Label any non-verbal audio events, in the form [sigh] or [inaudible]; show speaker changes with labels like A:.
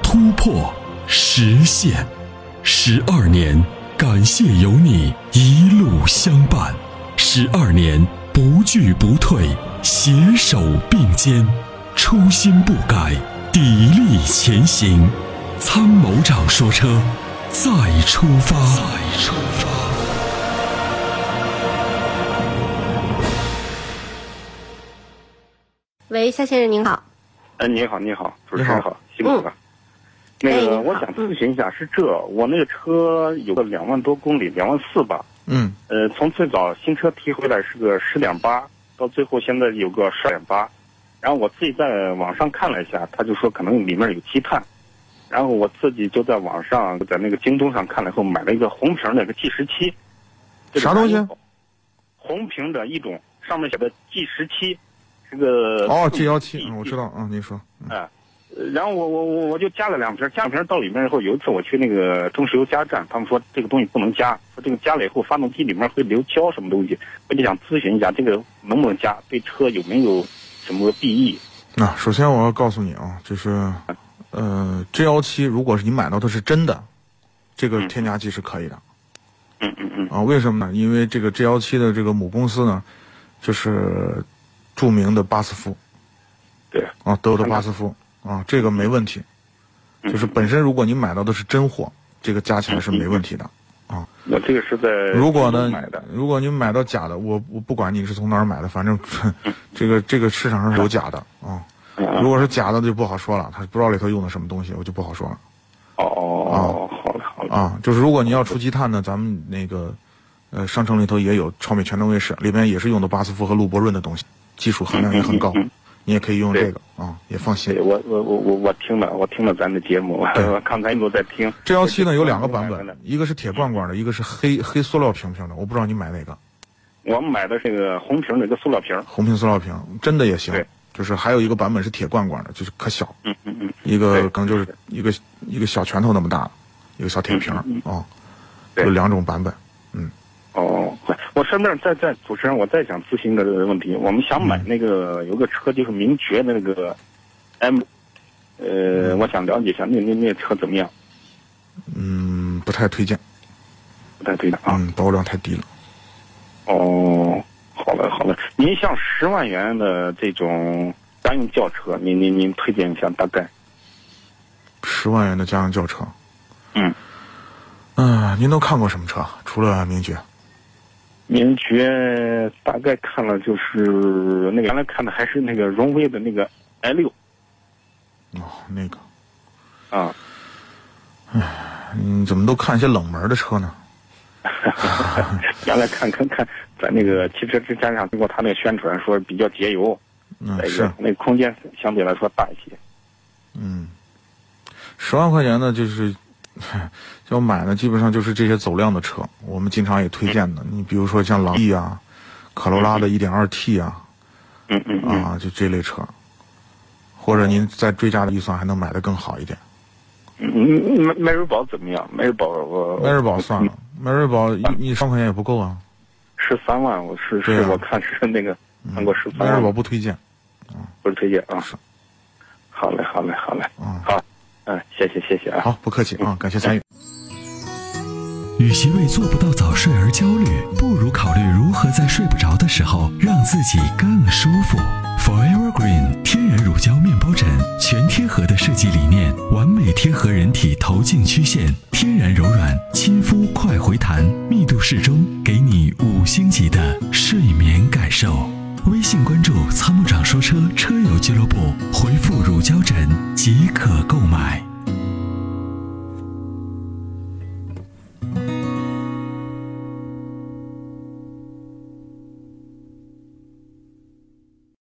A: 突破、实现，十二年，感谢有你一路相伴，十二年不惧不退，携手并肩，初心不改，砥砺前行。”参谋长说：“车，再出发。”再出发。
B: 喂，夏先生您好，
C: 哎，你好，你好，主持人好，辛
B: 嗯
C: 苦了。那
B: 哎你
C: 个，
B: 好
C: 我想咨询一下，是这，我那个车有个两万多公里，两万四吧。
D: 嗯
C: 呃，从最早新车提回来是个十点八，到最后现在有个十点八。然后我自己在网上看了一下，他就说可能里面有积碳。然后我自己就在网上，在那个京东上看了以后，买了一个红瓶的一个计时器。这个
D: 啥东西
C: 还有？红瓶的一种，上面写的计时器，是个
D: 哦
C: 计
D: ，G 幺七，嗯我知道，嗯，您说，嗯
C: 然后我我我我就加了两瓶，加两瓶到里面以后，有一次我去那个中石油加油站，他们说这个东西不能加，说这个加了以后发动机里面会流胶什么东西，我就想咨询一下这个能不能加，对车有没有什么裨益？
D: 那首先我要告诉你啊，就是，呃，G 幺七如果是你买到的是真的，这个添加剂是可以的
C: 嗯嗯嗯
D: 啊。为什么呢？因为这个 G 幺七的这个母公司呢，就是著名的巴斯夫
C: 对，
D: 啊，德国的巴斯夫啊，这个没问题。
C: 嗯
D: 就是本身如果你买到的是真货，这个加起来是没问题的。
C: 我这个嗯是在
D: 如果呢
C: 京东买的，，
D: 如果你买到假的，我我不管你是从哪儿买的，反正 [laughs] 这个这个市场上有假的啊。
C: 嗯嗯
D: 如果是假的就不好说了，他不知道里头用的什么东西，我就不好说了
C: 哦哦哦，好了好了，
D: 啊。就是如果你要除积碳呢，咱们那个呃商城里头也有超美全能卫士，里面也是用的巴斯夫和路博润的东西，技术含量也很高
C: 嗯嗯嗯，
D: 你也可以用
C: 对
D: 这个啊，也放心
C: 对。我我我我我听了我听了咱的节目，
D: 对
C: 我刚才一直在听。
D: G 幺七呢有两个版
C: 我买
D: 本
C: 的，
D: 一个是铁罐罐的，一个是黑黑塑料瓶瓶的，我不知道你买哪个。
C: 我买的是个红瓶的一个塑料瓶。
D: 红瓶塑料瓶，真的也行
C: 对。
D: 就是还有一个版本是铁罐罐的，就是可小，
C: 嗯嗯嗯，
D: 一
C: 对
D: 个可能就是一个一个小拳头那么大，一个小铁瓶儿
C: 嗯
D: 啊，
C: 对
D: 有两种版本。嗯
C: 哦，我顺便再再主持人，我再想咨询个问题。我们想买那个、有个车，就是名爵的那个 M，呃，我想了解一下那那那车怎么样？
D: 嗯，不太推荐，
C: 不太对的啊。
D: 嗯，保有量太低了。
C: 哦，好了好了，您像十万元的这种家用轿车，您您您推荐一下大概？
D: 十万元的家用轿车，
C: 嗯，
D: 嗯、您都看过什么车？除了名爵，
C: 名爵大概看了就是那个原来看的还是那个荣威的那个 i 六
D: 哦，那个，
C: 啊，
D: 嗯，怎么都看一些冷门的车呢？
C: [laughs] 原来看看看在那个汽车之家上通过他那个宣传说比较节油。
D: 嗯，
C: 那
D: 是
C: 个，那个空间相对来说大一些。
D: 嗯，十万块钱呢，就是 [laughs] 要买呢，基本上就是这些走量的车，我们经常也推荐的。你比如说像朗逸啊、卡罗拉的 1.2T 啊
C: 嗯嗯嗯。
D: 啊，就这类车，或者您再追加的预算还能买的更好一点。
C: 嗯，迈迈锐宝怎么样？迈锐宝我
D: 迈锐宝算了，迈锐宝一一十万块钱也不够啊，
C: 十三万，我是
D: 对
C: 是
D: 啊
C: 我看是那个看过十
D: 迈锐
C: 三
D: 宝
C: 万，
D: 不推荐
C: 不是推荐啊
D: 是。
C: 好嘞，好嘞，好嘞，
D: 啊。
C: 好，嗯，谢谢谢谢啊。
D: 好，不客气啊，感谢参与。
A: 与其为做不到早睡而焦虑，不如考虑如何在睡不着的时候让自己更舒服。Forever Green 天然乳胶面包枕，全贴合的设计理念，完美贴合人体头颈曲线，天然柔软，亲肤快回弹，密度适中，给你五星级的睡眠感受。微信关注“参谋长说车”车友俱乐部，回复“乳胶枕”即可购买。